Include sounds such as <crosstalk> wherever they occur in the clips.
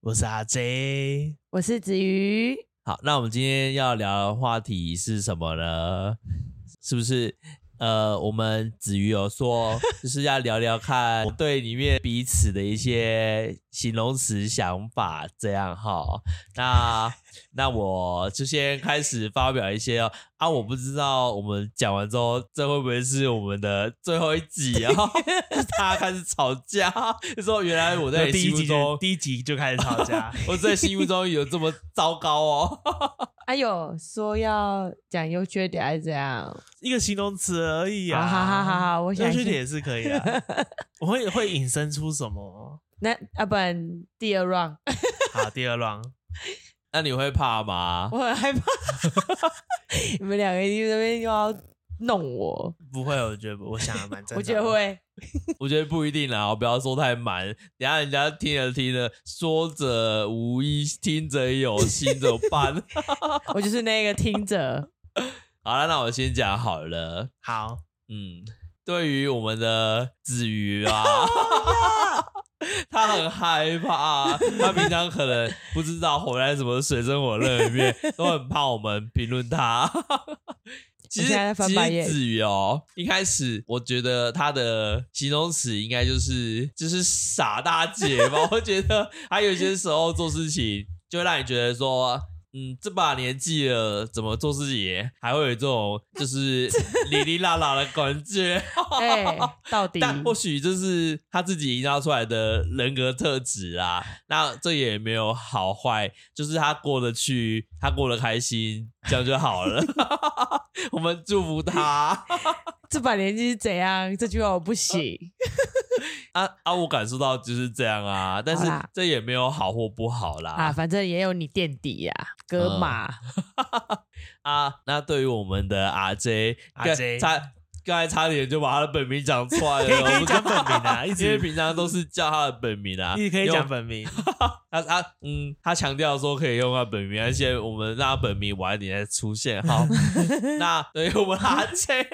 我是阿 J。我是子瑜，好，那我们今天要聊的话题是什么呢？是不是？呃，我们子瑜有说，就是要聊聊看对里面彼此的一些形容词、想法，这样哈。那那我就先开始发表一些哦。啊，我不知道我们讲完之后，这会不会是我们的最后一集哦？ <laughs> 大家开始吵架，就说原来我在你第一心目集中就，第一集就开始吵 <laughs> 架，我在心目中有这么糟糕哦。哎呦，说要讲优缺点还是怎样？一个形容词而已啊。好好好好好我优相缺信点也是可以 <laughs> 的。我会会引申出什么？那要不然第二 round， <laughs> 好，第二 round，那你会怕吗我？很害怕， <laughs> 你们两个一定在那边又要弄我，不会，我觉得我想的蛮正常的。我觉得会。我觉得不一定啦，哦不要说太满，等下人家听着听着，说者无意，听者有心，怎么办？我就是那个听 <laughs> 者，好了，那我先讲好了。好，嗯，对于我们的子瑜 <laughs> 啊，他很害怕，他平常可能不知道活在什么水深火热里面，都很怕我们评论他。其实，我现在在翻其白眼实子瑜哦，一开始我觉得他的形容词应该就是就是傻大姐吧。我觉得还有些时候做事情就会让你觉得说，嗯，这把年纪了，怎么做事情还会有这种 <laughs> 就是哩哩啦啦的感觉？哎、到底但或许这是他自己营造出来的人格特质啊。那这也没有好坏，就是他过得去，他过得开心，这样就好了。 <laughs> 我们祝福他 <laughs> 这把年纪是怎样？这句话我不行。啊啊！我感受到就是这样啊，但是好啦这也没有好或不好呃啦。啊，反正也有你垫底呀、哥嘛，啊，那对于我们的阿 J，阿刚 J 差刚才差点就把他的本名讲出来了，可以我可不知以讲道本 <laughs> 名啊，一因为直平常都是叫他的本名啊，一直可以因为讲本 <laughs> 名。他他嗯，他强调说可以用他本名，而且我们让他本名晚一点再出现。 <laughs> 好，那对于我们阿 J，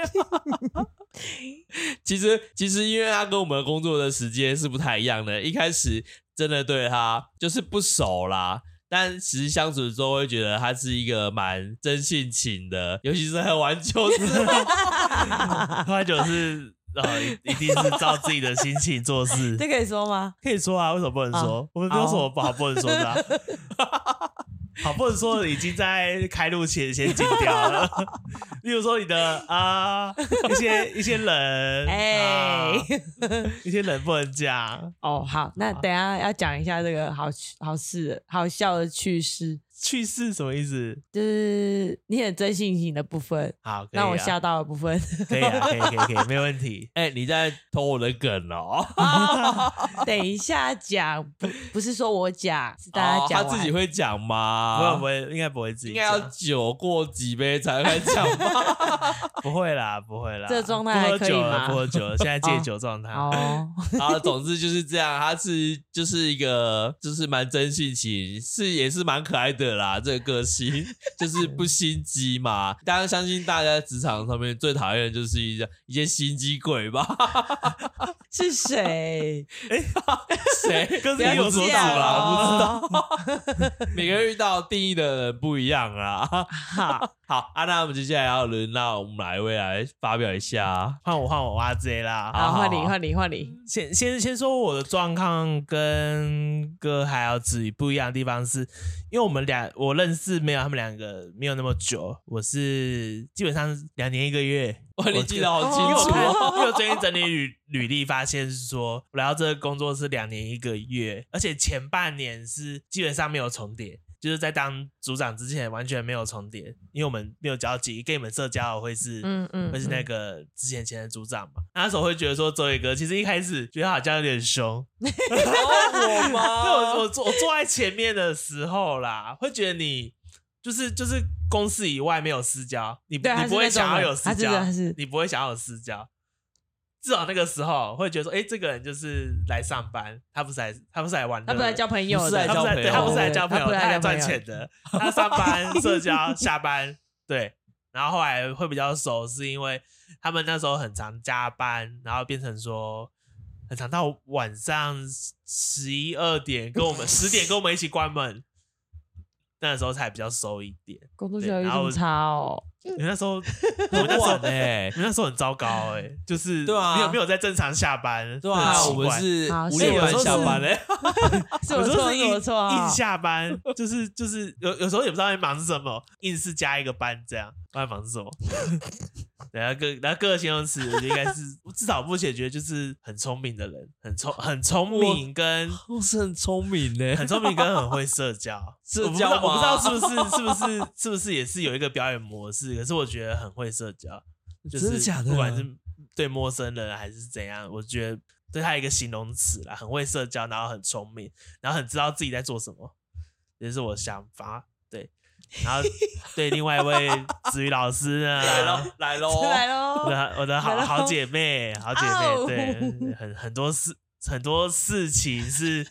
其实其实因为他跟我们工作的时间是不太一样的，一开始真的对他就是不熟啦。但其实相处之后，会觉得他是一个蛮真性情的，尤其是喝完酒之后， <laughs> 喝酒是呃，一一定是照自己的心情 <laughs> 做事。这可以说吗？可以说啊，为什么不能说？我们没有什么不好不能 <laughs> 说的、啊。好不能说的已经在开路前先禁掉了。 <laughs> 例如说你的啊、一些一些人， <laughs> 哎、嗯啊一些人不能讲哦，好，那等一下要讲一下这个好趣好事、好笑的趣事，去世什么意思？就是你很真性情的部分，好，可以、啊，让我吓到的部分。 <laughs> 可以啊，可以，可以，可以，没问题。哎、你在偷我的梗哦。等一下讲，不不是说我讲，是大家哦、他讲、自己。会讲不会，吗？不会，应该不会自己应该要讲酒过几杯才会讲吧？不会啦，不会啦。这状态还不喝可以酒吗了，不喝酒了，现在戒酒状态。哦， <laughs> 啊，总之就是这样，他是就是一个就是蛮真性情，是也是蛮可爱的啦，这个个性就是不心机嘛。当然，相信大家职场上面最讨厌的就是一些一些心机鬼吧？ <laughs> 是谁？谁？<laughs> 跟不这要个有所指这样啦，哦 <laughs> 每个人遇到定义的人不一样啦。好， <laughs> 好，啊，那我们接下来要轮到我们哪一位来发表一下？换我，换我挖 Z 啦。好好，换你，好换你，换你。先先先说我的状况跟哥还有子宇不一样的地方是，因为我们俩我认识没有他们两个没有那么久，我是基本上两年一个月。哇，你记得好因为我 <laughs> 清楚看，哦。因为我最近整理履履历，发现是说我来到这个工作是两年一个月，而且前半年是基本上没有重叠，就是在当组长之前完全没有重叠，因为我们没有交集，跟你们社交的会是嗯嗯，会是那嗯个之前前的组长嘛。那时候会觉得说，周伟哥其实一开始觉得他好像有点 <laughs> 哦凶，我因 <laughs> 吗为我我坐我坐在前面的时候啦，会觉得你就是就是公司以外没有私交，你对他你是不会那种想要人有他私是交的他是，你不会想要有私交。至少那个时候会觉得说，哎、这个人就是来上班，他不是来，他不是来玩乐的，他不来交朋友不的，是来他交不是朋来，友对他不是来交朋他友，不他是来来交朋友赚钱的。他上班、<laughs> 社交、下班，对。然后后来会比较熟，是因为他们那时候很常加班，然后变成说很长，到晚上十一二点跟我们十点跟我们一起关门，那时候才比较收一点。工作对效率然这后么差 <laughs> 哦。你那时候，我很们那时候晚哎、你们那时候很糟糕哎、就是对啊你有没有在正常下班？对啊，很我奇们怪是好五所以点有半时候下是班嘞、欸是有我时候错，是是硬我错啊硬！下班，就是就是有有时候也不知道在忙什么，硬是加一个班这样，不知道在忙什么。然后各然后各个形容词，我觉得应该是至少不解决，就是很聪明的人，很聪很聪明跟我是很聪明呢、 <laughs> 很聪明跟很会社交，社我不知交道我不知道吗是不是是不是是不是也是有一个表演模式，可是我觉得很会社交，就是真的假的？啊不管 <laughs> 是对陌生人还是怎样，我觉得对他一个形容词啦，很会社交，然后很聪明，然后很知道自己在做什么，这是我的想法。对，然后对另外一位子瑜老师 <laughs> 呢，来喽，来 <laughs> 喽，来我喽，的我的好来咯好姐妹，好姐妹，哦对，很很多事很多事情是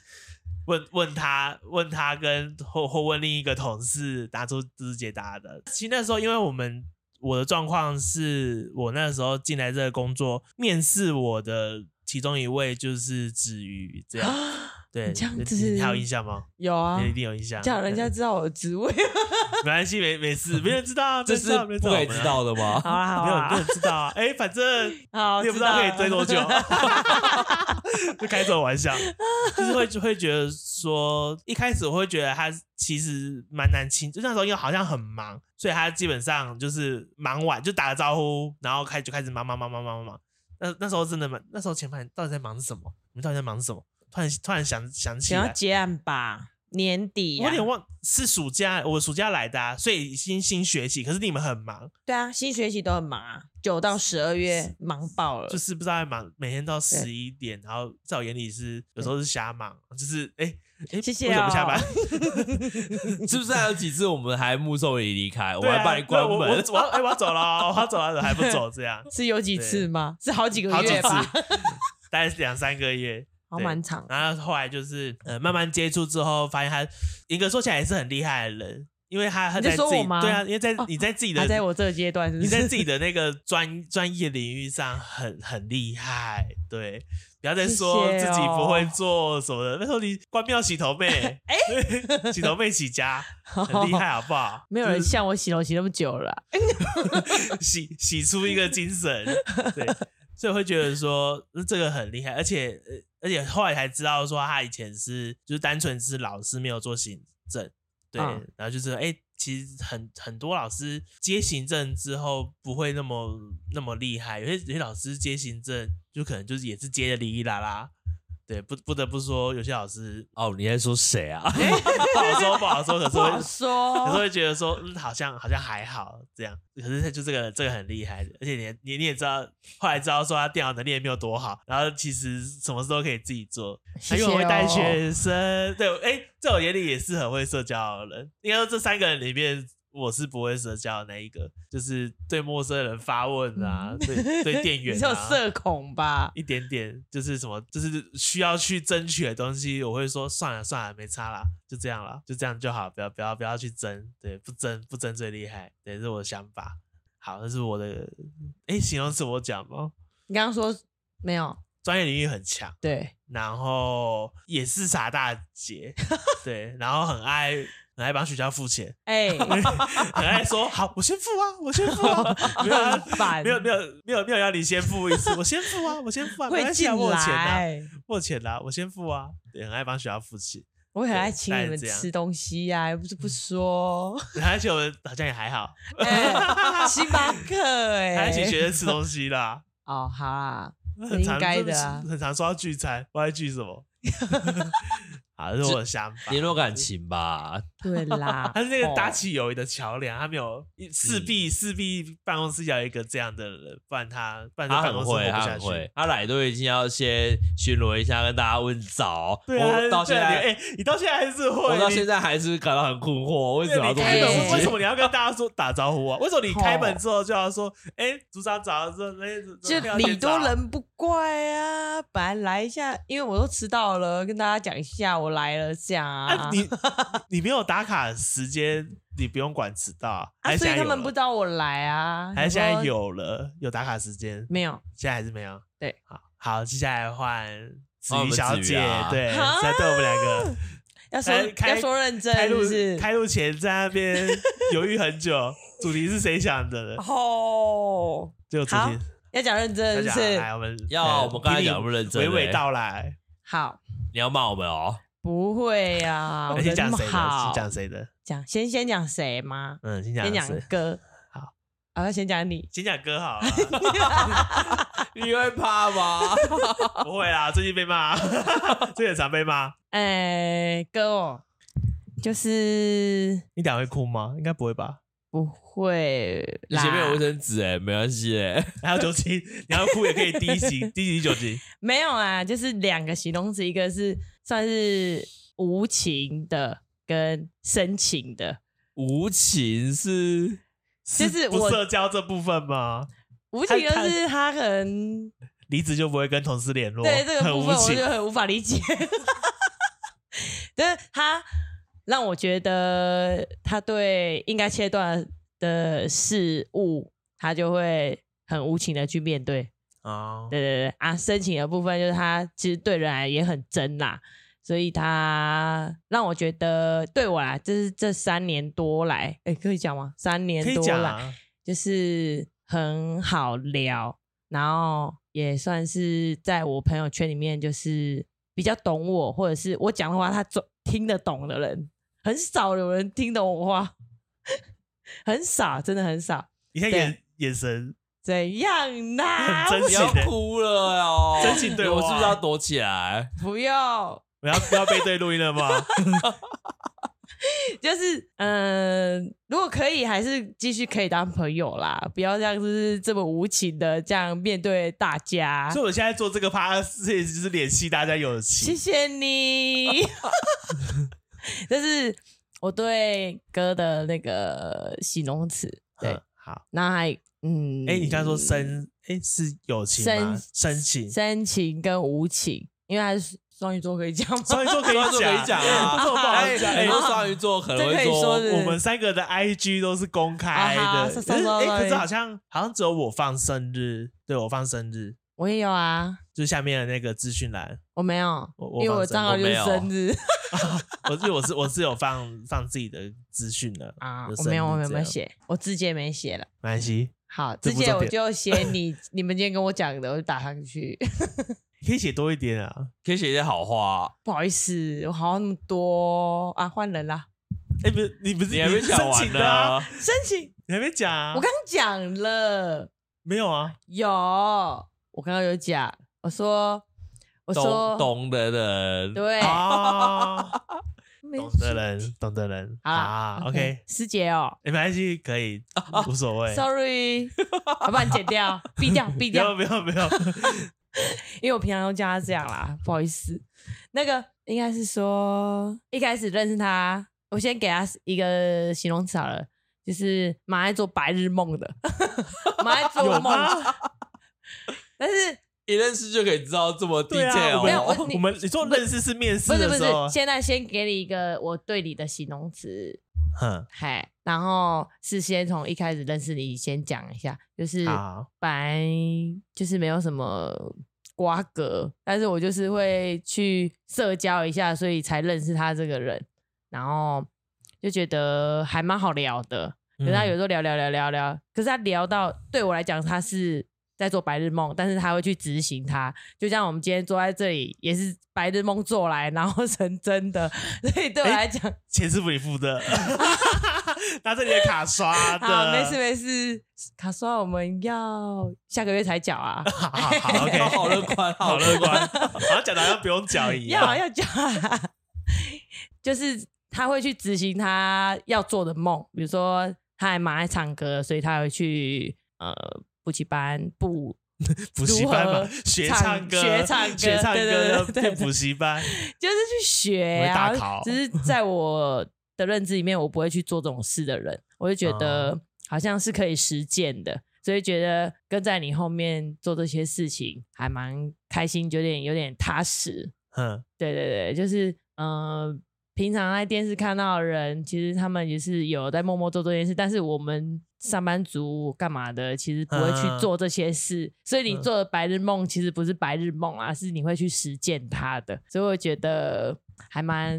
问问他问他跟或或问另一个同事拿出自解答的。其实那时候因为我们我的状况是我那时候进来这个工作，面试我的其中一位就是子瑜，这样啊对，你这样你子你还有印象吗？ <laughs> 有啊你，一定有印象，这样人家对知道我的职位。没关系，没没事，没人知道啊， <laughs> 这没是人不可以知道道的吗？ <laughs> 好啦，我好们啊，没有没有啦人，知道啊，哎，反正。 <laughs> 好，，你也不知道可以追 <laughs> 多久就开这种玩笑，就是会就会觉得说，一开始我会觉得他其实蛮难亲，就那时候因为好像很忙，所以他基本上就是忙完就打个招呼，然后开就开始忙忙忙忙忙忙忙。那那时候真的蛮，那时候前排到底在忙什么？你们到底在忙什么？突然突然想想起 <laughs> 想要来，结案吧，年底我啊有，点忘，是暑假我暑假来的、啊，所以新新学期，可是你们很忙，对啊，新学期都很忙啊，九到十二月忙爆了就。是不知道在忙，每天到十一点，然后在我眼里是有时候是瞎忙，就是哎哎，诶嗯谢谢为什么不下哦班？ <laughs> 是不是还有几次我们还目送你离开，我对啊还把你关对我门？我我要哎我要走了哦，我要走了还不走，这样是有几次吗？是好几个好几月次吧，，大概两三个月。好蛮长。啊然后后来就是呃慢慢接触之后，发现他严格说起来也是很厉害的人，因为他他你在在自说己我吗对啊，因为在哦你在自己的还在我这个阶 <laughs> 段，是不你是在自己的那个专专业领域上很很厉害，对，不要再说谢自谢哦？己不会做什么的。那时候你关庙洗头妹，哎， <laughs> 洗头妹起家，很厉害，啊好不好哦 <laughs> 没有人像我洗头洗那么久了啊， <laughs> 洗洗出一个精神，对，所以会觉得说嗯这个很厉害，而且呃而且后来才知道说他以前是就是单纯是老师，没有做行政，对，嗯然后就是哎、其实很很多老师接行政之后不会那么那么厉害，有些有些老师接行政就可能就是也是接的哩哩啦啦，对，不不得不说有些老师 <laughs> 哦，你在说谁啊？ <laughs> <laughs> 不好说不好说，可是不会好可是说。会觉得说，嗯，好像好像还好这样。可是他就这个这个很厉害的，而且你你你也知道，后来知道说他电脑能力也没有多好，然后其实什么事都可以自己做，他谢谢又很会带哦学生。对，哎、在我眼里也是很会社交的人。应该说这三个人里面。我是不会社交的那一个，就是对陌生人发问啊，对对店员、啊，嗯 <laughs> 你是有社恐吧？一点点，就是什么，就是需要去争取的东西，我会说算了算了，没差啦，就这样啦，就这样就好，不要不要不要去争，对，不争不争最厉害，对，这是我的想法。好，这是我的，哎，形容词我讲吗？你刚刚说没有？专业领域很强， <laughs> 对，然后也是傻大姐，对，然后很爱很爱帮学校付钱，哎，很爱说好，我先付啊，我先 <laughs> 付啊，没有啊很烦，没有没有没有没有要你先付一次，我先付啊，我先付啊，没 <laughs> 会关系进啊，我有钱啊，来，我有钱啦、我先付啊，对，很爱帮学校付钱， <laughs> 我很爱请你对大概们是这样嗯吃东西呀，又不是不说。而且我们好像也还好， <laughs> 哎，星巴克，还哎一，起学生吃东西啦，哦，好啦，很常应该的啊很常说要聚餐，不知道在聚什么。 <laughs> 好，这是我的想法。联络感情吧，对 <laughs> 啦，他是那个搭哦起友谊的桥梁，他没有势嗯必势必办公室要有一个这样的人，不然他不然他办很公室活会，不他下很去会。，他来都已经要先巡逻一下，跟大家问早。对啊，我到现对啊你在，哎，你到现在还是会，我到你现在还是感到很困惑，为对什么要你做开这对件门，事为什情？哦么你要跟大家说打招呼啊？为什么你开门之后就要说，哎，组长早，这那就礼多，人不怪啊，本来来一下，因为我都迟到了，跟大家讲一下我来了这样那啊啊，。你你没有打卡时间，你不用管迟到啊，还啊，是所现以在他有们不了知道我来啊。还是现想在说有了有打卡时间，没有？现在还是没有。对，好，好，接下来换子哦我瑜们小子姐，瑜啊对，啊现在对我们两个要说开开要说认真开是录不是？开录前在 <laughs> 那边犹豫很久，主题是谁想的？哦，这个主好题要讲认真是不大家是？来，我们要呃我们刚才听你讲不认真娓娓欸道来。好，你要骂我们 <laughs> 哦，不会呀，那我哎先人那讲么谁的？好先，讲谁的？讲先先讲谁吗？嗯，先先讲讲谁？哥，好，啊，要先讲你，先讲歌好了，你会怕 <laughs> 吗？不会啦，最近被骂，啊 <laughs> 最近很常被骂。哎，哥哦，就是你俩会哭吗？应该不会吧？不会你啦，前面有卫生纸哎，没关系哎，还有九级，你要哭也可以第一集，第一集九 <laughs> 级。没有啊，就是两个形容词，一个是算是无情的，跟深情的。无情是就是不我社交这部分吗？无情就他是他很离职就不会跟同事联络，对这个很部无分我情哦就。很无法理解， <laughs> 但是他让我觉得他对应该切断的事物，他就会很无情的去面对。哦，对对对啊，深情的部分就是他其实对人来也很真啦，所以他让我觉得对我啦，就是这三年多来，哎，可以讲吗？三年可以多讲来啊，就是很好聊，然后也算是在我朋友圈里面就是比较懂我，或者是我讲的话他总听得懂的人，很少有人听懂我话， <laughs> 很少，真的很少。你看对眼眼神，怎样啦？很真你要情的哭了哦，真情对我我是不是要躲起来？不要，我要不要背对录音 <laughs> 了吗？就是嗯、呃如果可以，还是继续可以当朋友啦，不要这样就是这么无情的这样面对大家所。以我现在做这个趴，这就是联系大家友谢情。谢 <laughs> 你，这是我对歌的那个形容词。对嗯，，好。那还嗯，哎，你刚才说深，哎，是友情吗？深情，深情跟无情，因为它是双鱼座，可以讲吗？双鱼座可以双鱼座可以讲讲啊， <laughs> 这种不好哎讲。很哎多双鱼座可能这可会以说说是我们三个的 IG 都是公开啊的哈，是可是哎， sorry 可是好像好像只有我放生日，对我放生日，我也有啊，就是下面的那个资讯栏，我没有我我，因为放我生账我号就是没有生 <laughs> 日我 <laughs> 是我是我是有放放自己的资讯的啊，就我生没有，日我没有这没有样写，我字节没写了。没关系，好，这之不前重我点就 <laughs> 写你你们今天跟我讲的，我就打上去。 <laughs> 可以写多一点啊。可以写一些好话啊。不好意思，我好像那么多啊，换人啦，哎，不是你不是你还没是讲申完请的啊，呢，申请。你还没讲啊？我刚讲了，没有啊，有，我刚刚有讲，我说，我说懂，懂的人，对，啊， <laughs> 没懂的人，懂的人好啊啦，OK，师姐哦没关系，可以，无所谓。 <laughs> ，sorry，我把你剪掉，毙掉，毙不掉要，不要不 <laughs> 要，因为我平常都叫他这样啦，不好意思。那个应该是说一开始认识他，我先给他一个形容词好了，就是蛮爱做白日梦的， <laughs> 蛮爱做有梦吗。但 <laughs> 是一认识就可以知道这么对啊， detail 我没有我哦。们你我们你说认识是面试不是的不是时候，，啊现在先给你一个我对你的形容词，哼，嗨，然后是先从一开始认识你先讲一下，就是好，本来就是没有什么瓜葛，但是我就是会去社交一下，所以才认识他这个人，然后就觉得还蛮好聊的。可是他有嗯时候聊聊聊聊聊，可是他聊到对我来讲，他是在做白日梦，但是他会去执行它。就像我们今天坐在这里，也是白日梦做来，然后 <laughs> 成真的。所以对我来讲，钱是不你付 <laughs> 的，拿着你的卡刷的，啊，没 <laughs> 事没事，卡刷我们要下个月才缴啊。好好好，OK， <laughs> 好乐观，好好乐乐观。观，好像讲的好像不用讲一样，要要讲、啊， <laughs> 就是他会去执行他要做的梦，比如说他还蛮爱唱歌，所以他会去呃补习班补， <laughs> 补习班如嘛何，学唱唱歌，学唱歌学唱对对歌对对变补习班，就是去学会大啊考。只 <laughs> 是在我的认知里面，我不会去做这种事的人，我就觉嗯得好像是可以实践的。所以觉得跟在你后面做这些事情还蛮开心，有点有点踏实。嗯，对对对，就是嗯、呃平常在电视看到的人，其实他们也是有在默默做这件事，但是我们上班族干嘛的，其实不会去嗯做这些事，所以你嗯做的白日梦其实不是白日梦啊，是你会去实践它的，所以我觉得还蛮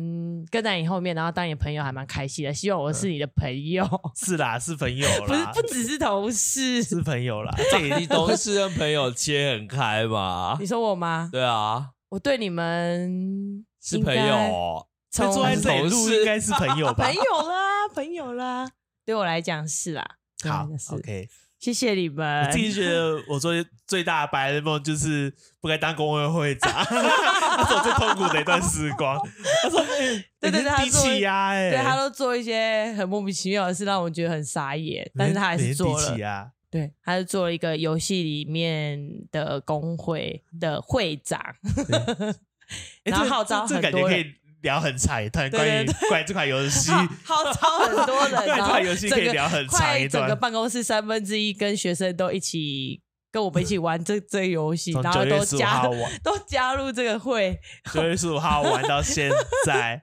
跟在你后面，然后当你的朋友还蛮开心的，希望我是你的朋友，是啦，是朋友不是嗯啦，不只是同事，是朋友啦。这也是都是跟朋友切很开嘛你。说我吗？对啊，我对你们是应朋该友哦，会从坐在这里同录事应该是 <laughs> 朋友 <laughs> 吧朋？友啦，朋友啦，对我来讲是啦。对我好来讲是，OK。谢谢你们我。自己觉得我做最大的白日梦就是不该当工会会长， <laughs> 那是我最痛苦的一段时光。他说：“欸、 <laughs> 对对对你是低气压哎、欸， <laughs> 对他都做一些很莫名其妙的事，让我觉得很傻眼，但是他还你是做低了气。压。对，他是做了一个游戏里面的工会的会长， <laughs> 欸然后这号召这哎很这感觉多可人以聊很长一段对关对于关于这款游戏，号号召很多 <laughs> 人，对然这后款游戏可以整个聊很长快一整段个。办公室三分之一跟学生都一起跟我们一起玩这这个游戏， <laughs> 从然九后月都十五号加玩，都加入这个会，九月十五号玩到现在，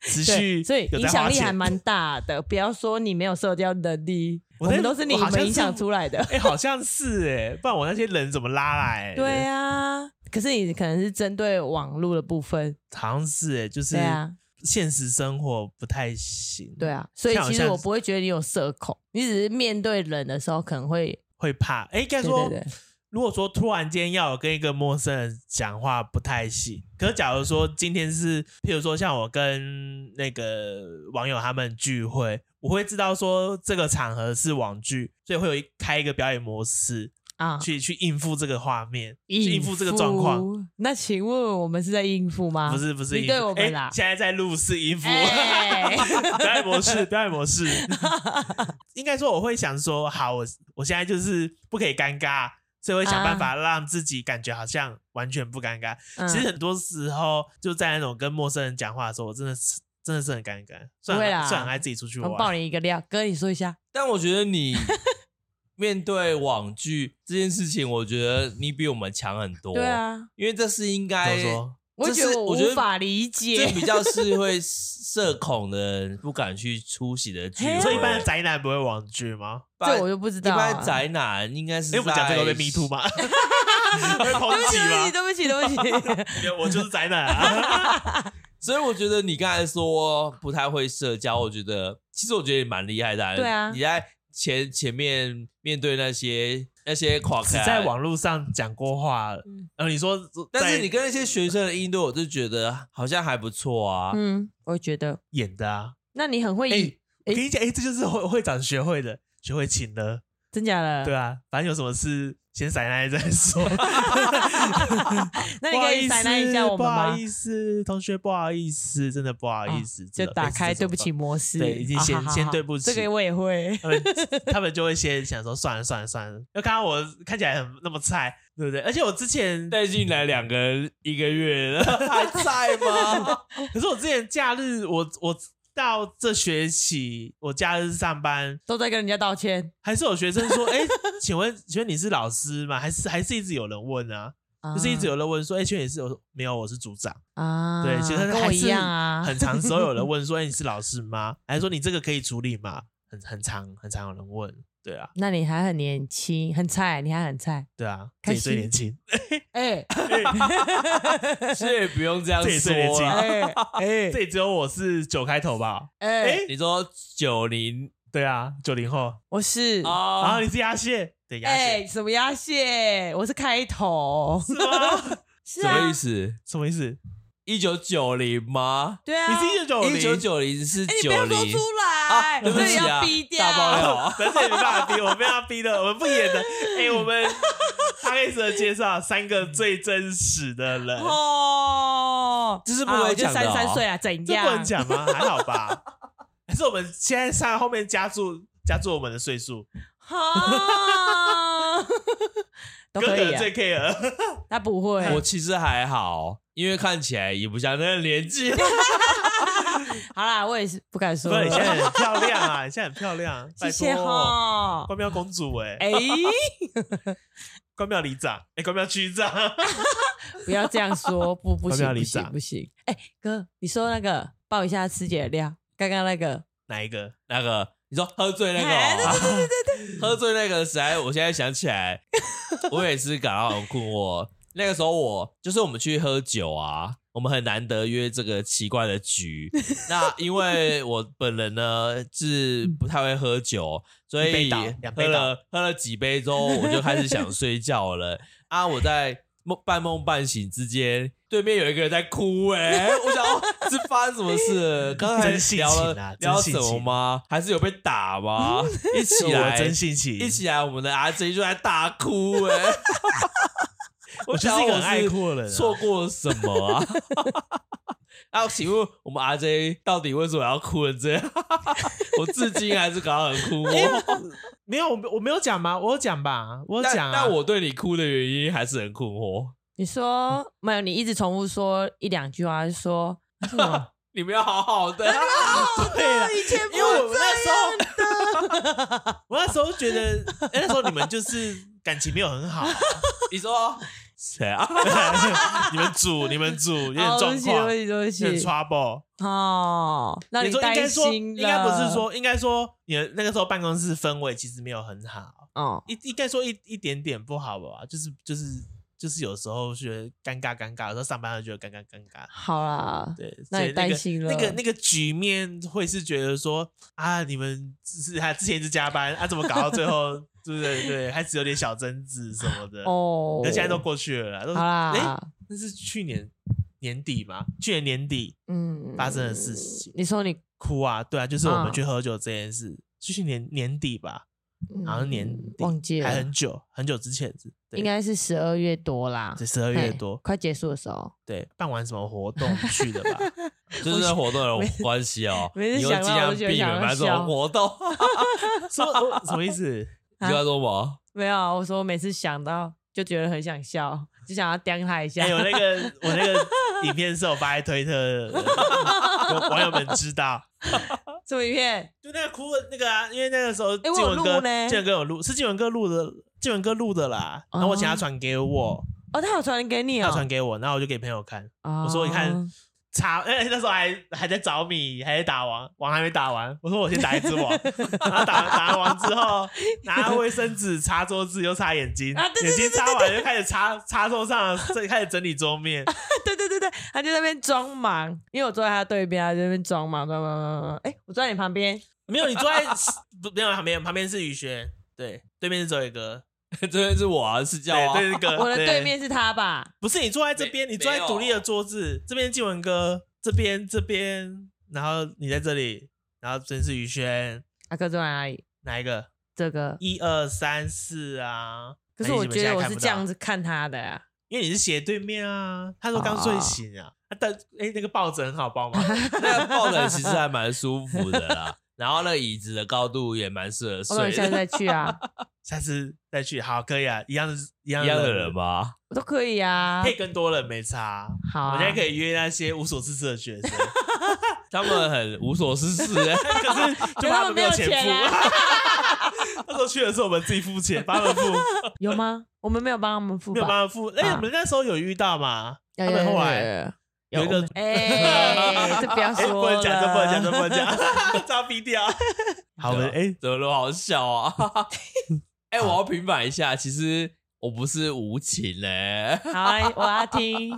持续对，所以有影在响花力还钱。蛮大的。 <laughs> 不要说你没有社交能力，我我在们都是你我好像们是影响出来的。哎、好像是哎、不然我那些人怎么拉来？对，啊，可是你可能是针对网络的部分，好像是哎、就是对啊，现实生活不太行。对啊，所以像我其现实在我不会觉得你有社恐，你只是面对人的时候可能会，会怕。哎、应该对说，对对，如果说突然间要有跟一个陌生人讲话不太行，可是假如说今天是，譬如说像我跟那个网友他们聚会，我会知道说这个场合是网剧，所以会有一开一个表演模式啊，去去应付这个画面，去应付这个状况。付。那请问我们是在应付吗？不，是不是啊你应付，对我们哎啦现在在录是应付。哎 <laughs> 表演模式，表演模式。 <laughs> 应该说，我会想说，好，我我现在就是不可以尴尬，所以会想办法让自己感觉好像完全不尴尬。啊嗯其实很多时候，就在那种跟陌生人讲话的时候，我真的是真的是很尴尬，虽不会然啦虽然很爱啊自己出去我爆玩，你一个料，哥，你说一下。但我觉得你面对网剧这件事情，我觉得你比我们强很多。对，啊，因为这是应怎哎该，么说？我这觉是得我觉无得法理这解。比较是会社恐的人不敢去出席的聚嘿会。啊所以一般的宅男不会网剧吗？这我就不知一道啊般宅男应该是因为我们讲这个会在被 me <laughs> too 吗？会抨击吗？对不起，对不起，对不起，没有我就是宅男啊！所以我觉得你刚才说不太会社交，我觉得其实我觉得你蛮厉害的、对啊你在前前面面对那些那些垮只开，在网络上讲过话了呃嗯，然后你说在，但是你跟那些学生的应对，我就觉得好像还不错啊。嗯，我觉得，演的啊，那你很会哎、演，我跟你讲，哎、这就是会会长学会的，学会请了。真假的？对啊，反正有什么事先闪开再说。 <laughs> 那你可以不好意采思纳一下我们不吗好？意思，同学，不好意思，真的不好意思，哦就真的打开，对不起，。模式，对已经啊先好好先好对不起这个我也会，哎这是怎么办他们 <laughs> 他们就会先想说，算了算了算了，又看到我看起来很那么菜，对不对？而且我之前，带进来两个一个月了，还在吗？ <laughs> 可是我之前假日，我我到这学期，我假日上班，都在跟人家道歉。还是有学生说，哎、请问请问你是老师吗？还是还是一直有人问啊？就是一直有人问说，哎、请问你是有没有？我是组长。啊，对，其实跟还我一是样啊，很长时候有人问说：“哎、你是老师吗？”还是说你这个可以处理吗？很很长很长有人问，对啊，那你还很年轻，很菜，你还很 <laughs> 菜，对啊，开这里最心年轻，哎所以不用这样 <laughs> 这也是年说轻啦。哎这里只有我是九开头吧？哎，你说九零对啊，九零后，我是然后啊你，是鸭蟹，对哦鸭哦哎蟹、什么鸭蟹，我是开 <laughs> 头，是吗？是什啊么意，思？什么意思？一九九零吗？对啊，你是一九九零，一九九零是哎你不要九说零出。来，对不这里起啊要逼掉，大爆料 <laughs> 哦，而且没办法逼，我们要逼的，我们不演的。哎、我们 <laughs> 他开始的介绍三个最真实的人，哦，这是不啊能我就讲的三哦三岁啊，怎这样？不能讲吗？还好吧？还是我们现在上后面加注加注我们的岁数，哈，都哥可以哥啊，最 care。他不会，我其实还好，因为看起来也不像那个年 <laughs> 纪。好啦，我也是不敢说不是，你现在了，很漂亮啊，你现在很 <laughs> 漂亮，谢拜谢托。哈，关庙公主哎、哎，关庙里长哎、关庙区长， <laughs> 不要这样说，不不要不行不要 <laughs> 理行长不行，哎哥，你说那个爆一下师姐的料。刚刚那 <laughs> 个，哪一个？那个你说喝醉那个哎对哦、对对 <laughs> 对喝醉那个，实在我现在想起来，我也是感到很困惑。那个时候我就是我们去喝酒啊，我们很难得约这个奇怪的 <laughs> 局。那因为我本人呢是不太会喝酒，所一杯以倒两喝杯倒了喝了几杯之后，我就开始想睡觉了。 <laughs> 啊，我在梦半梦半醒之间，对面有一个人在哭、欸，哎，<laughs> 我想说是发生什么事了？刚才真性聊情啊了聊真了性什么情吗？还是有被打 <laughs> 吗？一是起我来，真性情，一起来，我们的阿 J 就在大哭哎、我就想是一个很我爱哭的人啊、错过了什么啊？ <laughs> 啊，请问我们阿 J 到底为什么要哭成这样？ <laughs> 我至今还是感到很哭哦惑。没有，我我没有讲吗？我有讲吧，我有但讲啊。但我对你哭的原因还是很哦困惑。你说没有？你一直重复说一两句话，就说 <laughs> 什么？你们要好好的，啊啊 <laughs> 对啦，以前啊因为我们那时候，我那时候觉得，哎那时候你们就是感情没有很好啊、你说谁啊？你们组，你们组有点哦对不状起，对况，不有起，对不点起， trouble。哦，让你你说应担该说，心应了。该不是说，应该说你的那个时候办公室氛围其实没有很好，哦，一应该说一一点点不好吧，就是就是就是有时候觉得尴尬尴尬，有时候上班会觉得尴尬尴尬。好啦，对，那所以你担心了那个那个局面会是觉得说啊，你们只是他之前一直加班啊，怎么搞到最后，对不对？对，开始有点小争执什么 <laughs> 的。哦，啊可是现在都哎过去了啦，都好啦诶，那是去年年底嘛，去年年底嗯，发生的事情你说你哭啊，对啊，就是我嗯们去喝酒这件事，是去年年底吧，好像年嗯底忘记还了很，久很久之前，对应该是十二月多啦，是十二嘿月多，快结束的时候。对，办完什么活动 <laughs> 去的吧？就是那活动有关系哦。每次你会想尽到我量就避想要免办这笑种活动。说我什么意思？你知道说什么？ <laughs> 没有，啊我说我每次想到就觉得很想笑， <laughs> 就想要刁他一下哎、。 <laughs> 我那个我那个影片是我发在推特的，有网友们知道。这么一片，就那个哭的那个啊，因为那个时候哎静我有文录哥，呢静文哥有录，是静文哥录的，静文哥录的啦。然后我请他传给我，哦，他有传给你他哦有，传给我，然后我就给朋友看。哦我说你看，查，哎、那时候还还在找米，还在打王，王还没打完。我说我先打一只 <laughs> 王，然后打打完王之后，拿卫生纸擦桌子，又擦眼睛，啊对对眼睛擦完又开始擦擦桌上，再开始整理桌面。 <laughs> 对对对对，他就在那边装忙，因为我坐在他对边，他就在那边装忙，装忙装忙装忙。哎，我坐在你旁边， <laughs> 没有，你坐在不没有旁边，旁边是宇轩，对，对面是周伟哥，这边是我啊，是叫对，啊呃对，是哥， <laughs> 我的对面是他吧？不是你坐在这边，没你坐在独立的桌子，这边是静文哥，这边这边，然后你在这里，然后这边是宇轩，阿啊哥坐在哪里？哪一个？这个，一二三四啊！可是还我你们觉得现在我看是不这到样，子看他的啊。因为你是斜对面啊。他说刚睡醒啊，啊但哎那个抱枕很好 <laughs> 抱吗？ <laughs> 那个抱枕其实还蛮舒服的啦，然后那个椅子的高度也蛮适合我说睡你下次的。再去 <laughs> 啊，下次再去，好可以啊，一样是一样一样的人？吧，我都可以啊可。以更多人没差，好啊我现在可以约那些无所事事的学 <laughs> 生。他们很无所事事、欸，可是就怕他们没有钱可是他们没有钱啊 <laughs> 付。那时候去的时候我们自己付钱，帮他们 <laughs> 付，啊有吗？我们没有帮他们付没有帮吧？他们付。哎、啊我们那时候有遇到嘛？有他们后来有有一个有有哎，这不要 <laughs> 哎、说不能讲，这不能讲，这了不能 <laughs> 讲，这要逼 <laughs> 掉。好，我们哎、怎么那么好笑啊？ <laughs> 哎、我要平反一下，其实我不是无情嘞、 <laughs> 好，来我要 <laughs> 听。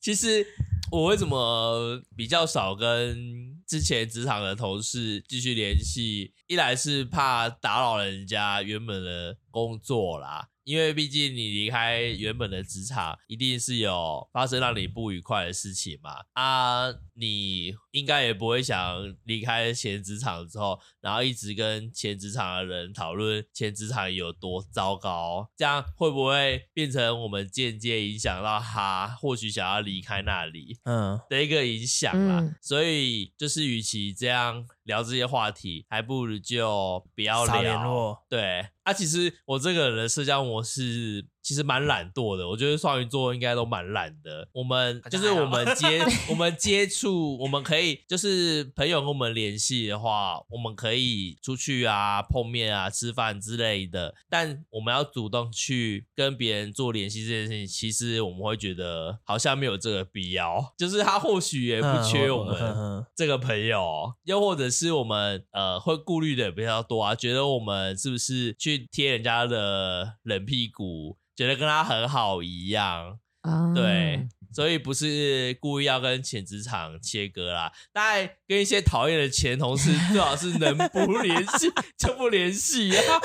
其实我为什么比较少跟之前职场的同事继续联系？一来是怕打扰人家原本的工作啦，因为毕竟你离开原本的职场，一定是有发生让你不愉快的事情嘛。啊，你应该也不会想离开前职场之后，然后一直跟前职场的人讨论前职场有多糟糕，这样会不会变成我们间接影响到他，或许想要离开那里嗯，的一个影响啦？嗯所以就是，与其这样聊这些话题，还不如就不要少聊。联络。对啊，其实我这个人的社交模式其实蛮懒惰的，我觉得双鱼座应该都蛮懒的。我们好像就是还好我们 <laughs> 接我们接触，我们可以就是朋友跟我们联系的话，我们可以出去啊、碰面啊、吃饭之类的。但我们要主动去跟别人做联系这件事情，其实我们会觉得好像没有这个必要。就是他或许也不缺我们，嗯这个朋友，又或者是我们呃会顾虑的也比较多啊，觉得我们是不是去贴人家的冷屁股，觉得跟他很好一样，啊对，，所以不是故意要跟前职场切割啦。当然，跟一些讨厌的前同事最好是能 <laughs> 不联系就不联系啊，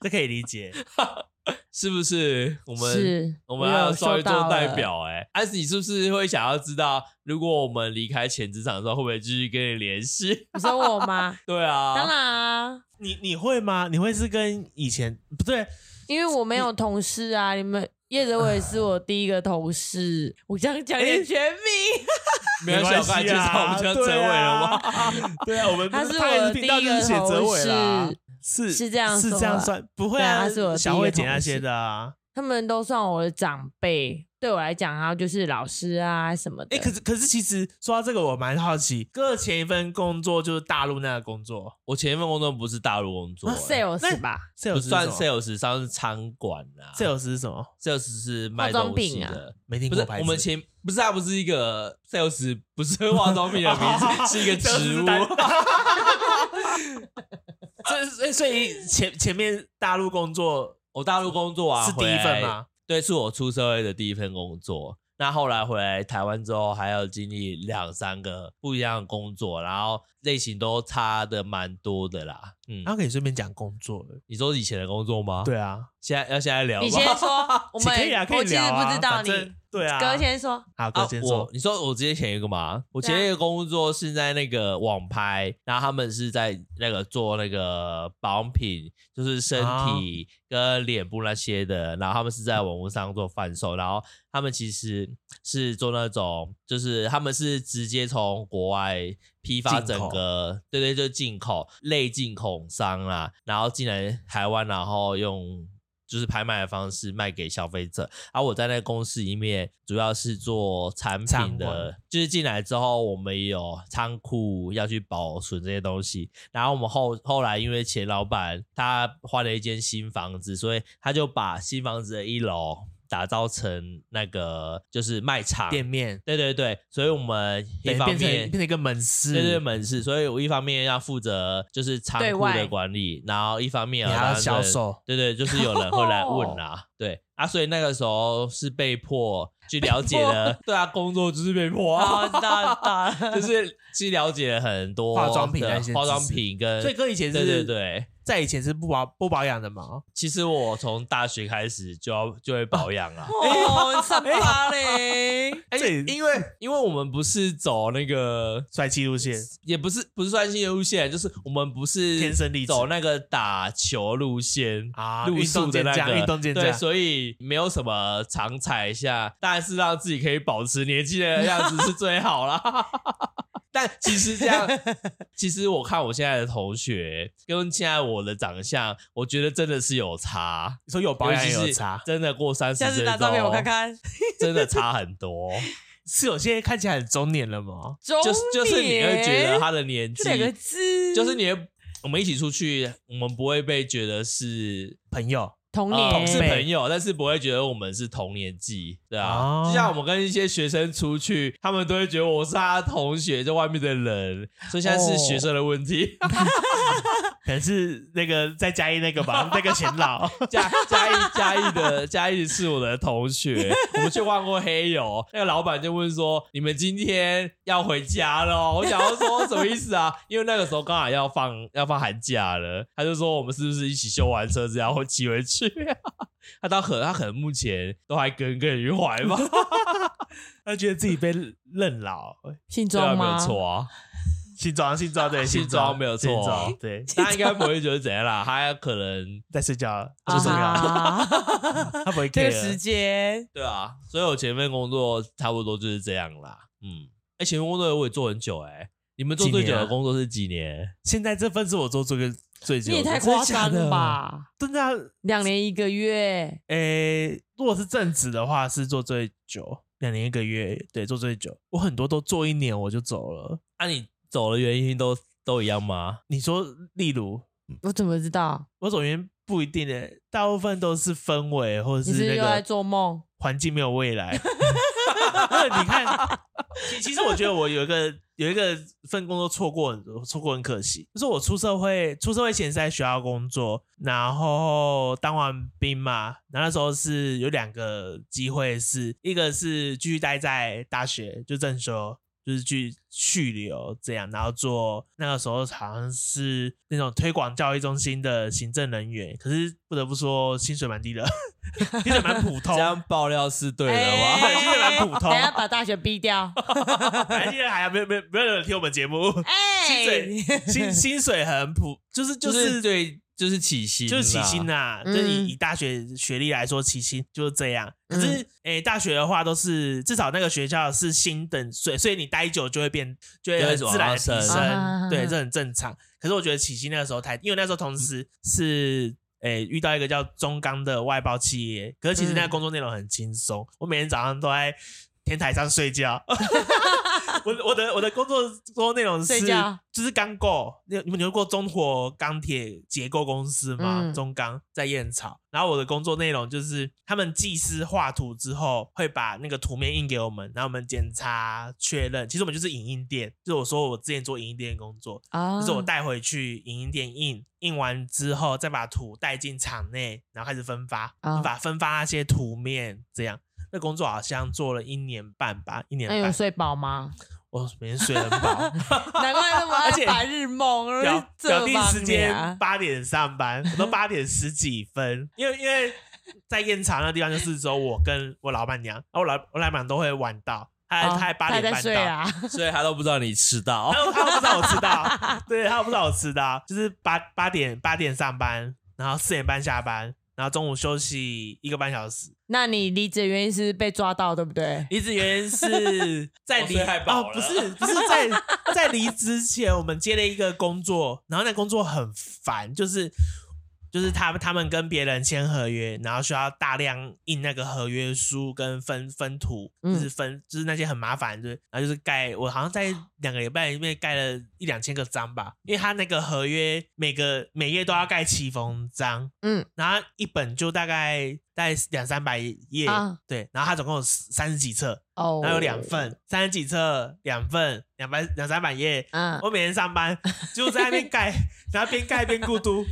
这可以理解。是不是？我们是我们有要双鱼收座到代了表哎、安子，你是不是会想要知道，如果我们离开前职场之后，会不会继续跟你联系？？你说我吗 <laughs> <laughs> 对啊，当然啊，你你会吗？你会是跟以前不对？因为我没有同事啊，你们叶哲伟是我第一个同事，我这样讲哎你全名，没啊有想法关介系绍我啊，们叫哲伟了吗？吗？ <laughs> 对啊，我们他是他也我是第频一道就是个写哲同伟啦事，，是是这样是说这样吧算，不会对啊啊，他是我的小第一个慧姐同那些事的啊。他们都算我的长辈，对我来讲，他就是老师啊什么的。哎、可是可是，其实说到这个，我蛮好奇，哥的前一份工作就是大陆那个工作我前一份工作不是大陆工作、欸，那 sales 吧，不啊，sales 是算什么 sales，上是餐馆啦。 sales 是什么？ sales 是卖化妆东西品啊的，没听不过是牌子。我们前不是啊，不是一个 sales，不是化妆品的名字， <laughs> 是一个职务。这所以所以前前面大陆工 <laughs> 作我大陆工作啊，是第一份嘛？吗？对，是我出社会的第一份工作。那后来回来台湾之后，还要经历两三个不一样的工作，然后类型都差的蛮多的啦。嗯，啊然后可以顺便讲工作了。你说以前的工作吗？，对啊，现在要现在聊吗？你先 <laughs> 说，我们可以啊，可以我其实聊啊不知道反你，正对啊，哥先说，好，啊哥先，我说。你说我之前前一个嘛，我对啊前一个工作是在那个网拍，然后他们是在那个做那个保养品，就是身啊体跟脸部那些的，然后他们是在网络上做贩售，然后他们其实是做那种，就是他们是直接从国外批发整个，对对，就进口类进口商啦，然后进来台湾，然后用。就是拍卖的方式卖给消费者，而、啊我在那个公司里面主要是做产品仓的管，就是进来之后我们也有仓库要去保存这些东西，然后我们后后来因为前老板他换了一间新房子，所以他就把新房子的一楼打造成那个就是卖场，店面对对对，所以我们一等于方变成面变成一个门市，对对门市，所以我一方面要负责就是仓对库外的管理，然后一方面你还要让销人售对对，就是有人会来问啦、哦对啊，所以那个时候是被迫去了解 <laughs> 了，对啊，工作就是被迫好，啊知，道知道了，就是 <laughs> 去了解了很多化妆品的那些化妆知识品跟，所以哥以前是对对对。在以前是不保不保养的嘛？其实我从大学开始就要就会保养啊，哦，三八嘞， <laughs> 哎，因为因为我们不是走那个帅气路线，也不是不是算新的路线，就是我们不是天生丽质走那个打球路线啊路数的那个运动健将运动健将对，所以没有什么常踩一下，当然是让自己可以保持年轻的样子是最好啦。 <laughs> 但其实这 <laughs> 样，其实我看我现在的同学跟现在我的长相，我觉得真的是有差，你说有保尤养其也有是差，真的过三十下次岁拿之照后，片我看看。真的差很 <laughs> 多。是有些看起来很中年了吗？中就是就是你会觉得年他的年纪这两个字就是你会我们一起出去，我们不会被觉得是朋友童呃年，是朋友，但是不会觉得我们是同年纪，对啊。哦就像我们跟一些学生出去，他们都会觉得我是他同学，在外面的人，所以现在是学生的问题。可能是那个在嘉义那个吧，那个前 <laughs> 老嘉嘉义嘉义的嘉义是我的同学，我们去逛过黑油，那个老板就问说：“你们今天要回家喽？”我想要说什么意思啊？因为那个时候刚好要放要放寒假了，他就说我们是不是一起修完车子然后骑回去、啊他到可他可能目前都还耿耿于怀吧，他觉得自己被认老，姓这样庄没有吗？错啊。新装新装对新庄没有错新装对，他应该不会觉得怎样啦，他可能在睡觉了，啊最重 <laughs> 要，哈，他不会这 care 个啊时间对啊，所以我前面工作差不多就是这样啦。嗯，哎、前面工作我也做很久哎、你们做最久几年的啊工作是几年？现在这份是我做最个最久你也的，太真的夸张假了的？吧？真的啊，两年一个月，诶、如果是正职的话，是做最久，两年一个月，对，做最久。我很多都做一年我就走了。啊，你走的原因都都一样吗？你说，例如我怎么知道？我走原因不一定诶、大部分都是氛围或者你是那又在个做梦？环境没有未来。 <laughs> 你看，其其实我觉得我有一个有一个份工作错过很多，错过很可惜。就是我出社会，出社会前是在学校工作，然后当完兵嘛，然后那时候是有两个机会是，一个是继续待在大学就正修，就是去续留这样，然后做那个时候好像是那种推广教育中心的行政人员，可是不得不说薪水蛮低的， <laughs> 薪水蛮普通这。样爆料是对啊的哎吗？对其实蛮普通等一下把大学逼 <laughs> 掉。反正现在还好没有没有没有人听我们节目，薪水哎， <laughs> 薪薪水很普，就是就就是是对，就是起薪，就是起薪呐。呐、嗯就以以大学学历来说，起薪就是这样。可是嗯诶、大学的话都是至少那个学校是薪等税，所以你待久就会变，就会就会很自然的往提上升，升啊对，这很正常。可是我觉得起薪那个时候太，因为那时候同时是。诶、遇到一个叫中钢的外包企业，可是其实那嗯个工作内容很轻松，我每天早上都在天台上睡觉。 <laughs> 我的我的我的工作工作内容是睡觉就是钢构，你你们有过中火钢铁结构公司吗？嗯中钢在燕巢，然后我的工作内容就是他们技师画图之后会把那个图面印给我们，然后我们检查确认。其实我们就是影印店，就是我说我之前做影印店的工作， <laughs> 啊就是我带回去影印店印，印完之后再把图带进场内，然后开始分发，哦分发分发那些图面，这样。那工作好像做了一年半吧，一年那半。有睡饱 <laughs> 吗？我每天睡很饱，难怪那么而爱且白日梦，表这表定方时面间啊八点上班，我都八点十几 <laughs> 分，因为因为在燕巢那地方就是只有我跟我老板娘，然后我老我老板娘都会晚到，她哦她还八他点在半睡啊到。啦。所以他都不知道你迟到。他他不知道我迟到，对他不知道我迟到，就是八八点八点上班，然后四点半下班，然后中午休息一个半小时。 <laughs> 那你离职的原因是被抓到，对不对？离职 <laughs> 原因是在我离睡太饱哦了，不是不是在在离职前，我们接了一个工作，然后那工作很烦，就是就是他们他们跟别人签合约，然后需要大量印那个合约书跟分分图，嗯就是分、就是那些很麻烦，就是然后就是盖，我好像在两个礼拜里面盖了一两千个章吧，因为他那个合约每个每页都要盖七封章，嗯，然后一本就大概大概两三百页，啊对，然后它总共有三十几册，哦，然后有两份，三十几册，两份，两百两三百页。嗯，我每天 <laughs> 上班就在那边盖，然后边盖边咕嘟，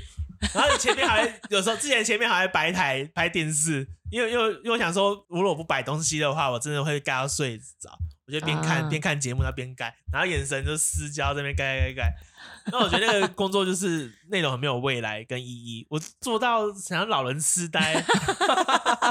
然后你前面还会有时候之前前面还会摆台拍电视，因为因为因为我想说，如果我不摆东西的话，我真的会盖到睡着。我就边看、啊边看节目，然后边盖，然后眼神就失焦，这边盖盖盖。那我觉得那个工作就是内容很没有未来跟意义，我做到想像老人痴呆， <laughs>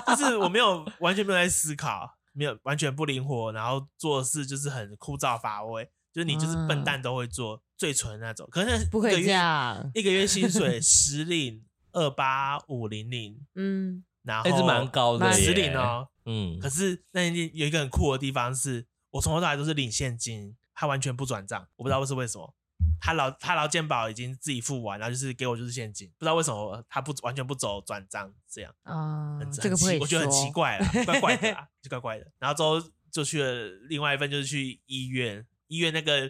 就是我没有完全没有在思考，没有完全不灵活，然后做事就是很枯燥乏味，就是你就是笨蛋都会做，最蠢的那种。可是不可以这，样。一个月薪水十领二八五零零，嗯，然后哎，这蛮高的蛮耶十领。哦。嗯可，是那天有一个很酷的地方是，我从头到尾都是领现金，他完全不转账，我不知道是为什么。他劳他劳健保已经自己付完，然后就是给我就是现金，不知道为什么他不完全不走转账这样。啊很，这个不很奇可以，我觉得很奇。怪啦，怪怪的 <laughs> 啦，就怪怪的。然后之后就去了另外一份，就是去医院，医院那个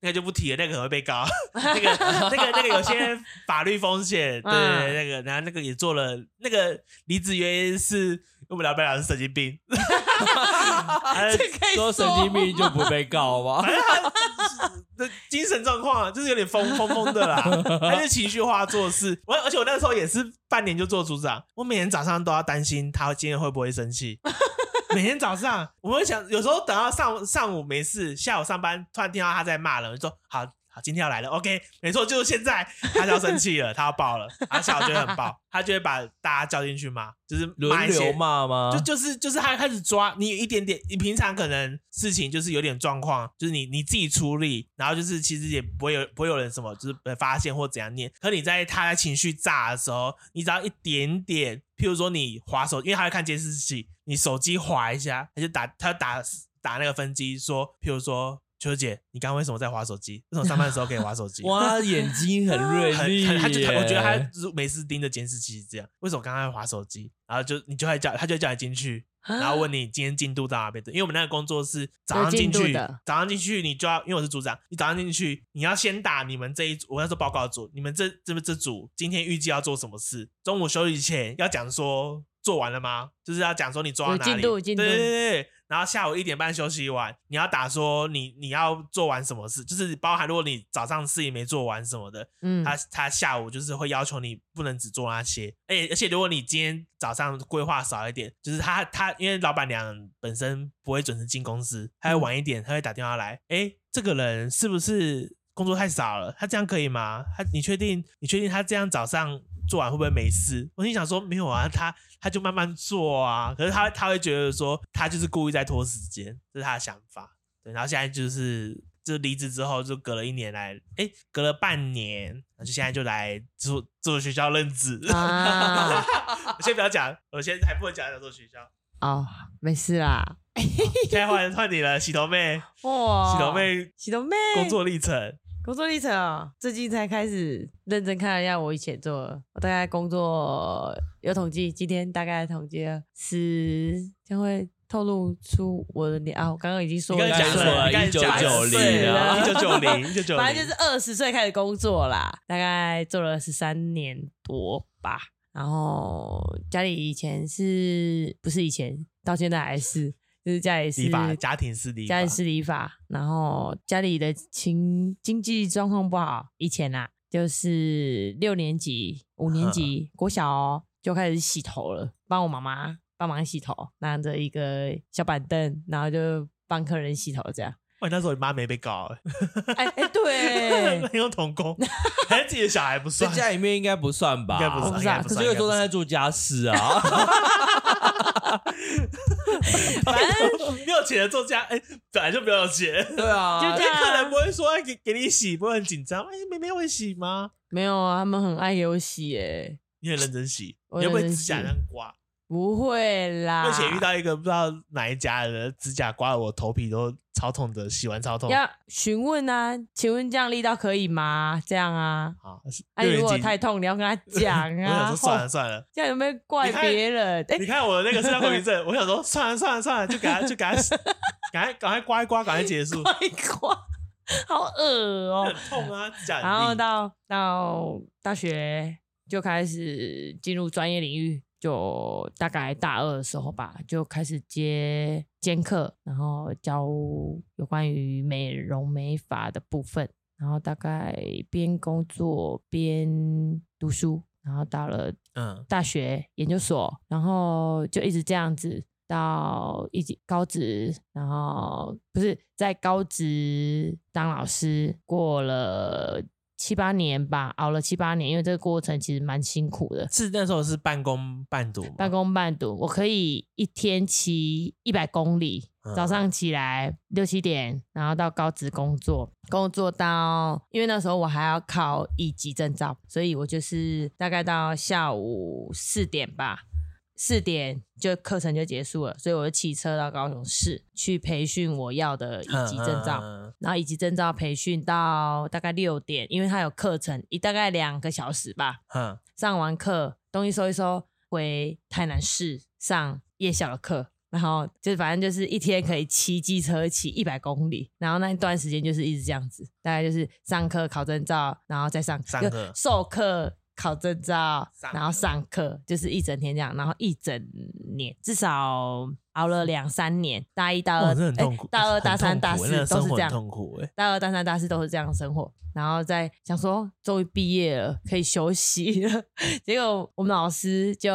那个就不提了，那个很会 <laughs> 被告，那个那个那个有些法律风险，对，嗯那个然后那个也做了，那个离职原因是我们老板娘是神经病，啊哎这可以说神经病就不被告吗？的精神状况啊，就是有点疯疯疯的啦， <laughs> 他就情绪化做事。我而且我那时候也是半年就做组长，我每天早上都要担心他今天会不会 <laughs> 生气。每天早上，我会想，有时候等到上上午没事，下午上班突然听到他在骂人，我就说好好，今天要来了，OK，没错，就是现在，他就要生气了，他要爆了，他下午就会很爆，他就会把大家叫进去骂，就是骂轮一些流骂吗？就就是就是他开始抓你有一点点，你平常可能事情就是有点状况，就是你你自己处理，然后就是其实也不会有不会有人什么就是被发现或怎样念。可你在他在情绪炸的时候，你只要一点点，譬如说你划手，因为他会看监视器，你手机划一下，他就打他就打打那个分机说，譬如说。秋姐，你刚刚为什么在划手机？为什么上班的时候可以划手机？哇，眼睛很锐很利耶，很，他就他我觉得他如每次盯着监视器是这样，为什么刚刚在划手机？然后就你就会叫他就会叫你进去，然后问你今天进度到哪边的？因为我们那个工作是早上啊进有进去度的，早上进去你就要，因为我是组长，你早上进去你要先打你们这一组，我那时候报告组，你们这这这组今天预计要做什么事？中午休息前要讲说做完了吗？就是要讲说你做到哪有里？进度有进度对对对对。然后下午一点半休息完，你要打说你你要做完什么事，就是包含如果你早上事情没做完什么的，嗯，他他下午就是会要求你不能只做那些，而且而且如果你今天早上规划少一点，就是他他因为老板娘本身不会准时进公司，他会晚一点，他会打电话来，哎，这个人是不是工作太少了？他这样可以吗？他你确定你确定他这样早上做完会不会没事？我心想说没有啊，他他就慢慢做啊，可是他他会觉得说他就是故意在拖时间，这是他的想法。对，然后现在就是就离职之后，就隔了一年来，哎，隔了半年，然后就现在就来做做学校任职。啊，我 <laughs> 先不要讲，我先还不能讲要做学校。哦，没事啦，现在换换你了，洗头妹，哇，洗头，妹洗头妹，工作历程，工作历程哦，最近才开始认真看了一下我以前做的，我大概工作有统计，今天大概统计了十，将会透露出我的年啊，我刚刚已经说你我刚才几讲岁错了了，你刚才讲白1990死了一九九零，一九九零，啊反正就是二十岁开始工作啦，大概做了十三年多吧。然后家里以前是不是以前到现在还是，就是家里是理法，家庭是理法，家里是理发，然后家里的情经济状况不好，以前啊就是六年级、五年级、嗯国小、哦、就开始洗头了，帮我妈妈帮忙洗头，拿着一个小板凳，然后就帮客人洗头这 <laughs> 样。哇，那时候你妈没被告，欸哎哎，对， <laughs> 没有 <laughs> 童工，还是自己的小孩不在算，家里面应该不算吧？应该不算，我不应知道该不可算是有时候他在做家事啊， <laughs> <laughs> 反正没有钱的作家，哎、本来就没有钱，对啊，就这那样客人不会说哎给给你洗，不会很紧张？哎、妹妹会洗吗？没有啊，他们很爱给我洗耶、你很认真洗，我你会不会认指真洗啊甲这样刮？不会啦。我以前遇到一个不知道哪一家的指甲刮得我头皮都超痛的，洗完超痛。要询问啊，请问这样力道可以吗？这样啊，啊，哎、六如果年级 <laughs> 太痛，你要跟他讲我想啊。说算了算了。这样有没有怪你看别人？哎、你看我那个社交恐惧症，我想说算了算了算了，就给他就给他洗，赶快赶快刮一刮，赶快 <laughs> 结束，怪怪，好恶哦、 <laughs> 很痛啊，指甲很然后利到到大学就开始进入专业领域，就大概大二的时候吧，就开始接兼课，然后教有关于美容美发的部分，然后大概边工作边读书，然后到了嗯，大学、研究所，然后就一直这样子到一级高职，然后不是在高职当老师，过了七八年吧，熬了七八年，因为这个过程其实蛮辛苦的，是那时候是半工半读嘛，半工半读，我可以一天骑一百公里，嗯早上起来六七点，然后到高职工作，工作到因为那时候我还要考乙级证照，所以我就是大概到下午四点吧。四点就课程就结束了，所以我就骑车到高雄市去培训我要的乙级证照。嗯然后以及证照培训到大概六点，因为它有课程，一大概两个小时吧。嗯上完课，东西收一收，回台南市上夜校的课，然后就是反正就是一天可以骑机车骑一百公里，然后那一段时间就是一直这样子，大概就是上课考证照，然后再上上就课授课。考证照上，然后上课，就是一整天这样，然后一整年至少熬了两三年，大一、大哇，二这很哎痛苦，大二、大三、很痛大苦欸四那个都生是活这很样，痛苦哎。大二、大三、大四都是这样的生活，然后再想说终于毕业了，可以休息了。 <laughs> 结果我们老师就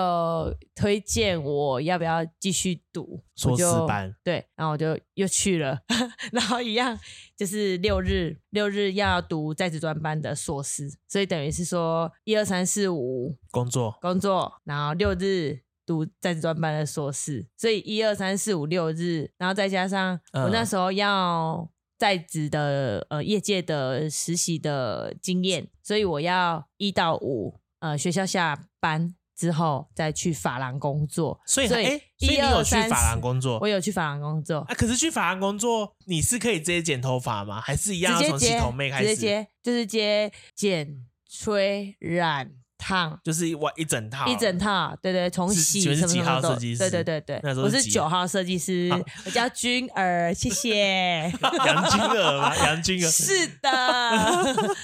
推荐我要不要继续读硕士，我就班对，然后我就又去了， <laughs> 然后一样就是六日，六日要读在职专班的硕士，所以等于是说一二三四五工作，工作，然后六日读在职专班的硕士，所以一二三四五六日，然后再加上嗯我那时候要在职的呃业界的实习的经验，所以我要一到五呃学校下班之后再去发廊工作。所以所哎、以所以你有去1234发廊工作我有去发廊工作，啊？可是去发廊工作，你是可以直接剪头发吗？还是一样直接要从洗接头妹开直接始？接就是接剪、吹、染、烫。就是我一整套啊一 <laughs> 整套，对对，从是洗请什问是么什几么号都有，设计师对对对对那，时候我是是几九号设计师，我叫君儿，谢 <laughs> 谢。杨金 <laughs> 娥吗？杨金娥是 <laughs> 的，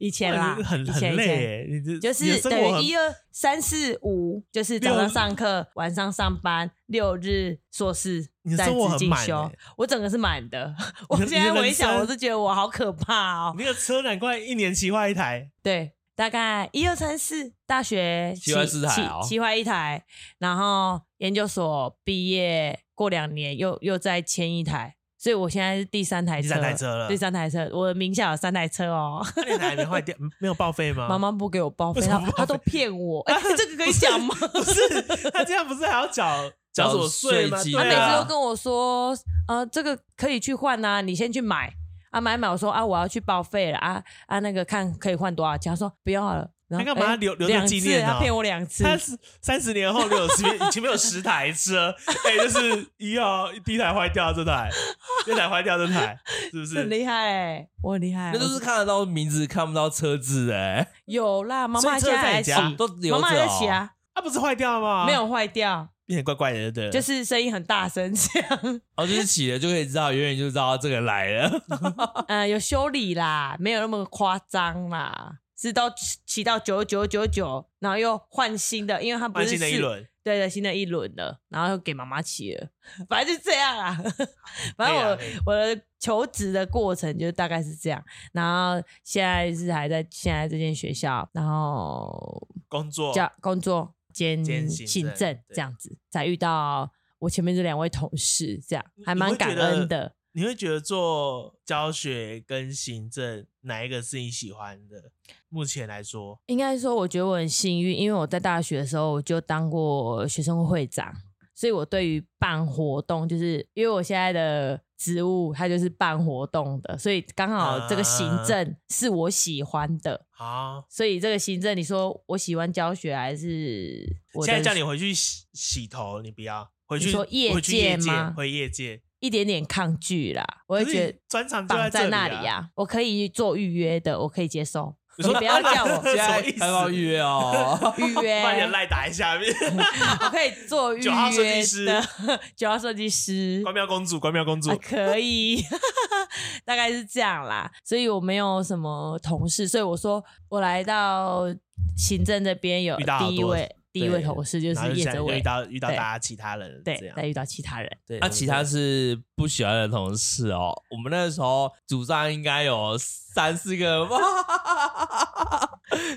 以前啦，哇哎很以前很以前累耶，你这就是你的生活等于很一二三四五，就是早上上课，晚上上班，六日硕士你，的在生活职很进满修欸，我整个是满的。你我的现在你的人回想，生我是觉得我好可怕哦。你那个车难怪一年骑坏一台，对，大概一二三四，大学七坏四台哦七七坏一台，然后研究所毕业过两年又又再签一台，所以我现在是第三台第车，三台车了第三台车，我的名下有三台车哦。那你哪还没坏掉？嗯没有报废吗？妈妈不给我报啊为废，什她么不报她都骗 <laughs> 我。哎、这个可以讲吗？不是，他这样不是还要缴缴什么税吗？缴税金对她每次啊都跟我说，呃，这个可以去换啊，你先去买啊，买一买。我说啊，我要去报废了啊啊，那个看可以换多少钱。她说不要了。然后她干嘛哎留留着两次纪念啊她骗我两次，他是三十年 <laughs> 后留有十，前面有十台车，哎、就是一号第一台坏掉这台，第二台坏掉这台，是不很是？厉害、欸，我很厉害、那就是看得到名字，看不到车字哎、有啦，妈所以妈车现在在还家洗，都留妈妈还着在哦洗啊，啊，不是坏掉了吗？没，有坏掉，变得怪怪的，对了，就是是声音很大声这 <laughs> 样。哦，就是起了就可以知道，远远就知道这个来了。嗯，有修理啦，没有那么夸张啦，是到骑到九九九九，然后又换新的，因为它不换是新的一四，轮，对对，新的一轮了，然后又给妈妈骑了， <laughs> 反正就这样啊。 <laughs> 反正我可以啦我的求职的过程就大概是这样，然后现在是还在现在这间学校，然后工作教工作兼哦兼行行政政对这样子，才遇到我前面这两位同事，这样还你蛮会觉感得恩的。你会觉得做教学跟行政哪一个是你喜欢的？目前来说，应该说，我觉得我很幸运，因为我在大学的时候我就当过学生会会长，所以我对于办活动，就是因为我现在的职务它就是办活动的，所以刚好这个行啊政是我喜欢的。好，所以这个行政，你说我喜欢教学还是我现在的叫你回去洗洗头，你不要回去，你说业回去业界界吗回业界，一点点抗拒啦？我我会觉得专场就绑在这那里啊里呀、我可以做预约的，我可以接受。你你说不要叫哦我，什现么在意思开放预约哦 <laughs> 哎预 <laughs> 把你约，的赖打在下面。我可以做预九号设计约师的。 <laughs> 九号设计师关庙公主，关庙公主啊，，可以， <laughs> 大概是这样啦。所以我没有什么同事，所以我说我来到行政这边有遇到好第一多位第一位对同事就然后是叶现在哲又遇伟，到啊遇到对大家其他人这对样，再。遇到其他 <laughs> 人，对那其他是不喜欢的同事哦。我们那时候组上应该有三四个吧，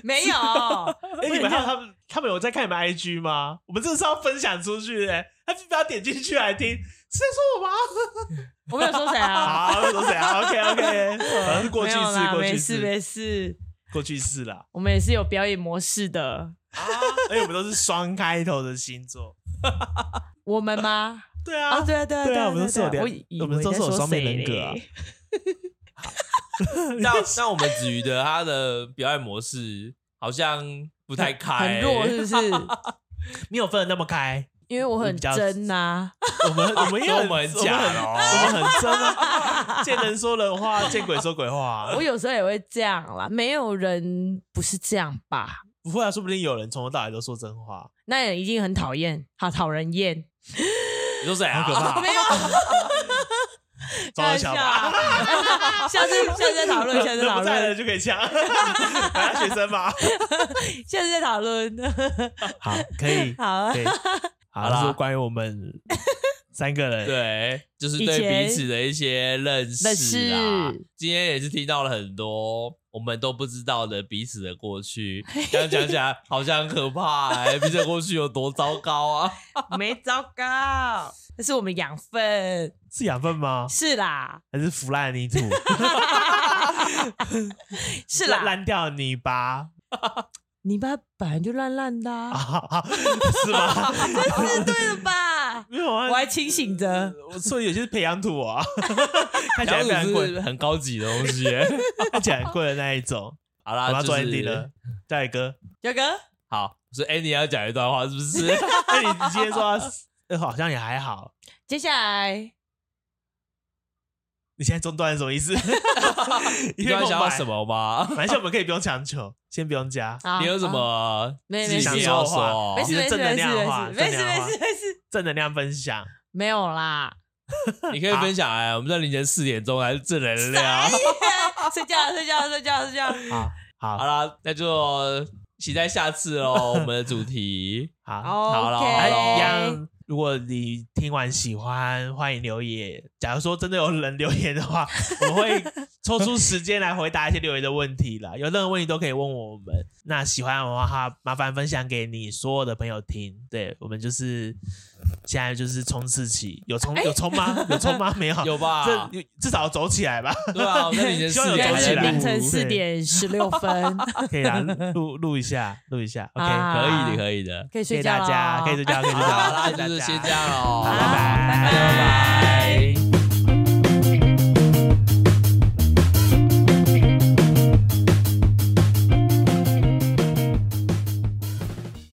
没有哎，你们还有他们，他们有在看你们 IG 吗？我们这个是要分享出去的，他不要点进去来听，是在说我吗？我没有说谁啊， <laughs> 好，说谁啊？OK OK，好像是过没去有式，啦，过没去事式，没事，过去式啦。我们也是有表演模式的。啊，而且我们都是双开头的星座。我们吗？对啊，啊， <laughs> 对啊，对啊，对啊，啊我们都是有对啊两我以我们都是有为在说双面谁人格啊嘞那那我们子瑜的他的表演模式好像不太哎开、很弱是不 <laughs> 是？你有分的那么开，因为我很比较真呐、我们我们也所以很我们很假我咯们很我们很真啊，见人说人话，见鬼说鬼话。啊我有时候也会这样啦，没有人不是这样吧？不会啊，说不定有人从头到尾都说真话，那也一定很讨厌，好讨人厌。你说谁啊？好可 <laughs> 怕！没 <laughs> 有，装得小吧？ <laughs> 啊下次下次再讨论，下次再人讨不在了论，就可以呛， <laughs> 打学生吧。下次再讨论。 <laughs> 好，可以，好啊， <laughs> 对，好好啦这是关于我们三 <laughs> 个 <laughs> 人，，对，就是以对前彼此的一些认认识啊识。今天也是听到了很多我们都不知道的彼此的过去，这样讲起来好像很可怕、欸，彼此的过去有多糟糕啊！没糟糕，这是我们养分，是养分吗？是啦，还是腐烂的泥土？ <laughs> 是啦，烂掉的 <laughs> 泥巴你爸本来就烂烂的、啊啊？，是吗？ <laughs> 这是对的 <laughs> 吧？没有啊，我还清醒着。我所以有些是培养 <laughs> 土啊，看起来小非常组是贵，很高级的东西、欸。 <laughs> <laughs> 看起来很贵的那一种。好啊我啦，们要就做 e 是 n 了，大伟哥，九哥，好，说：“哎、你要讲一段话是不是？”那哎你直接说，呃好像也还好。接下来你现在中断是什么意 <laughs> 思？你你知道想要什？么吗？反正我们可以不用强求，先不用加。啊你有什啊么没自己没想事要没说没？事你没是事正没能事量的话没事没正能量事的话没事没事，正能量分享，没有啦，你可以分享哎、我们在凌晨四点钟还是正能量。睡觉了睡觉了睡觉了睡觉了。好，好好，啦，那就期待下次 <laughs> 喽，我们的主题。好。好了那好了一 OK，样，如果你听完喜欢，欢迎留言。假如说真的有人留言的话，我们会抽出时间来回答一些留言的问题啦。有任何问题都可以问我们。那喜欢的话，麻烦分享给你所有的朋友听。对我们就是现在就是冲刺期，有冲有冲吗？有冲吗？没有，有吧？这至少走起来吧。对啊，我们在 <laughs> 凌晨希望四有点走还起在来凌录，晨四点十六分，可以啦，录录一下，录一下。OK，、啊可以的，可以的。可以谢睡谢觉大 <laughs> 了家，可以睡觉，可以睡觉。好啦，啊谢谢那大就是家先这样喽，好拜拜拜。